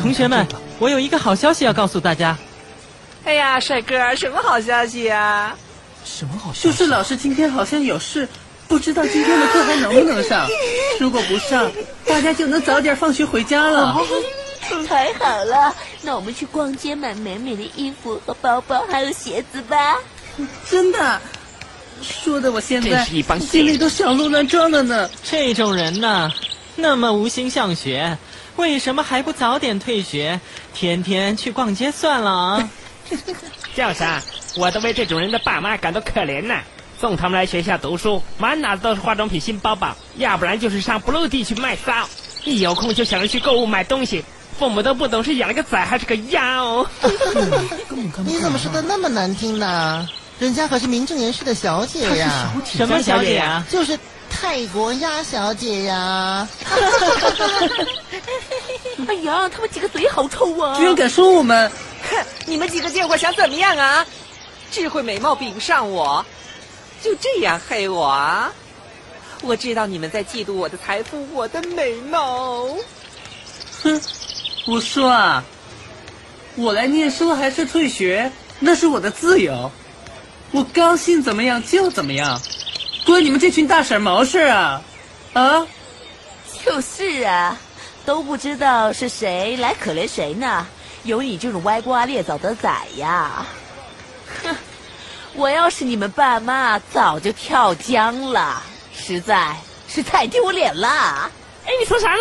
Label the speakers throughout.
Speaker 1: 同学们，我有一个好消息要告诉大家。
Speaker 2: 哎呀，帅哥，什么好消息啊？
Speaker 3: 什么好消息？
Speaker 4: 就是老师今天好像有事，不知道今天的课还能不能上。如果不上，大家就能早点放学回家了。
Speaker 5: 太好了，那我们去逛街买美美的衣服和包包，还有鞋子吧。
Speaker 4: 真的，说的我现
Speaker 3: 真
Speaker 4: 在
Speaker 3: 是一帮
Speaker 4: 心里都小鹿乱撞了呢。
Speaker 1: 这种人呐，那么无心向学，为什么还不早点退学，天天去逛街算了啊？
Speaker 3: 叫啥？我都为这种人的爸妈感到可怜呐、送他们来学校读书，满脑子都是化妆品、新包包，要不然就是上 Blue 地去卖骚，一有空就想着去购物买东西，父母都不懂是养了个崽还是个鸭哦。
Speaker 6: 你怎么说的那么难听呢？人家可是名正言顺的小姐呀，
Speaker 1: 什么小姐啊？
Speaker 6: 就是泰国鸭小姐呀。
Speaker 5: 哎呀，他们几个嘴好臭啊
Speaker 4: 居！然敢说我们，
Speaker 2: 哼，你们几个贱货想怎么样啊？智慧美貌比不上我，就这样黑我啊？我知道你们在嫉妒我的财富，我的美貌。
Speaker 4: 哼！我说啊，我来念书还是退学，那是我的自由，我高兴怎么样就怎么样，关你们这群大婶毛事啊！啊，
Speaker 5: 就是啊，都不知道是谁来可怜谁呢。有你这种歪瓜裂枣的崽呀！ 哼，我要是你们爸妈，早就跳江了，实在是太丢脸了。
Speaker 3: 哎，你说啥呢？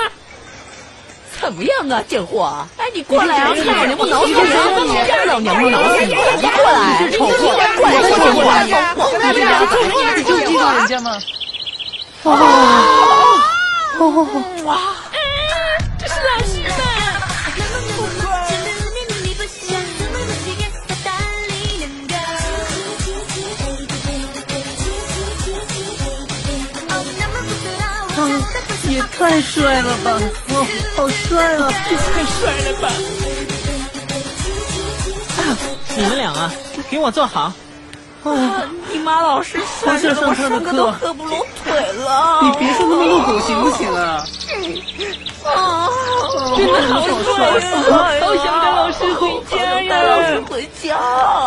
Speaker 5: 怎么样啊，贱货？哎，你过来啊！
Speaker 3: 你
Speaker 5: 老娘不挠死你！啊老娘不挠死你！你过来！啊你过来！过来！过来！过来！
Speaker 4: 你就嫉
Speaker 2: 啊
Speaker 4: 妒人家吗？也太帅了吧！哇，好帅啊！
Speaker 1: 你们俩啊，给我坐好！
Speaker 5: 你妈老师
Speaker 4: 好想上他的课，
Speaker 5: 合不拢腿了！
Speaker 4: 你别说那么露骨行不行啊？
Speaker 5: 哦
Speaker 4: 真的好帅啊！
Speaker 5: 好想带老师回家呀！老师回家。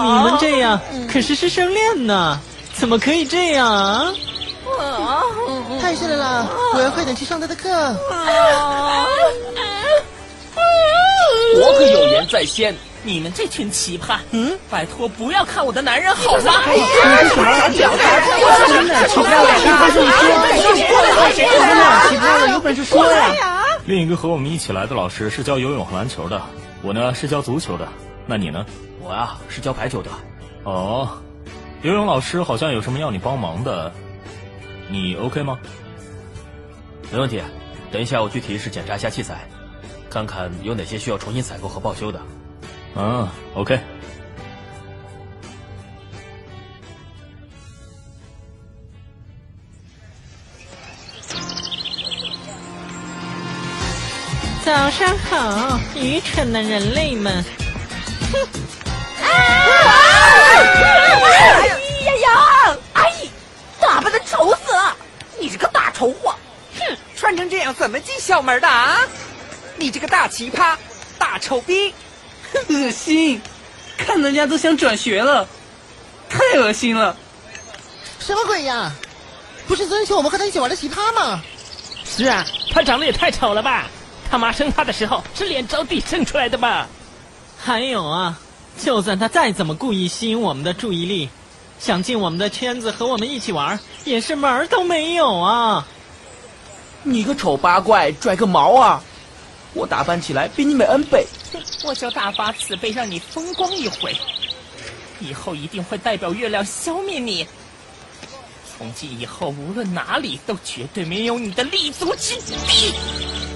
Speaker 1: 你们这样可是师生恋呢，怎么可以这样啊？
Speaker 5: 嗯
Speaker 6: 太帅了啦！我要快点去上他的课。
Speaker 7: 我可有言在先，你们这群奇葩，嗯，拜托不要看我的男人好吗？
Speaker 4: 真的，奇葩了，有本
Speaker 1: 啊
Speaker 4: 事你说，我们俩奇葩了，有本事说呀！
Speaker 8: 另一个和我们一起来的老师是教游泳和篮球的，我呢是教足球的。那你呢？
Speaker 7: 我呀、是教白酒的，
Speaker 8: 哦，游泳老师好像有什么要你帮忙的，你 OK 吗？
Speaker 7: 没问题。等一下我去体育室检查一下器材，看看有哪些需要重新采购和报修的。
Speaker 8: 嗯，OK。
Speaker 1: 早上好，愚蠢的人类们！
Speaker 5: 哎呀呀！哎，打扮的丑死了！你是个大丑货！
Speaker 2: 穿成这样怎么进校门的啊？你这个大奇葩，大丑逼！
Speaker 4: 恶心，看人家都想转学了，太恶心了！
Speaker 6: 什么鬼呀？不是昨天去我们和他一起玩的奇葩吗？
Speaker 3: 是啊，他长得也太丑了吧！他妈生他的时候是脸着地生出来的吧？
Speaker 1: 还有啊，就算他再怎么故意吸引我们的注意力，想进我们的圈子和我们一起玩，也是门儿都没有啊！
Speaker 7: 你个丑八怪，拽个毛啊！我打扮起来比你美 N 倍，
Speaker 3: 我就大发慈悲，让你风光一回，以后一定会代表月亮消灭你。从今以后，无论哪里都绝对没有你的立足之地。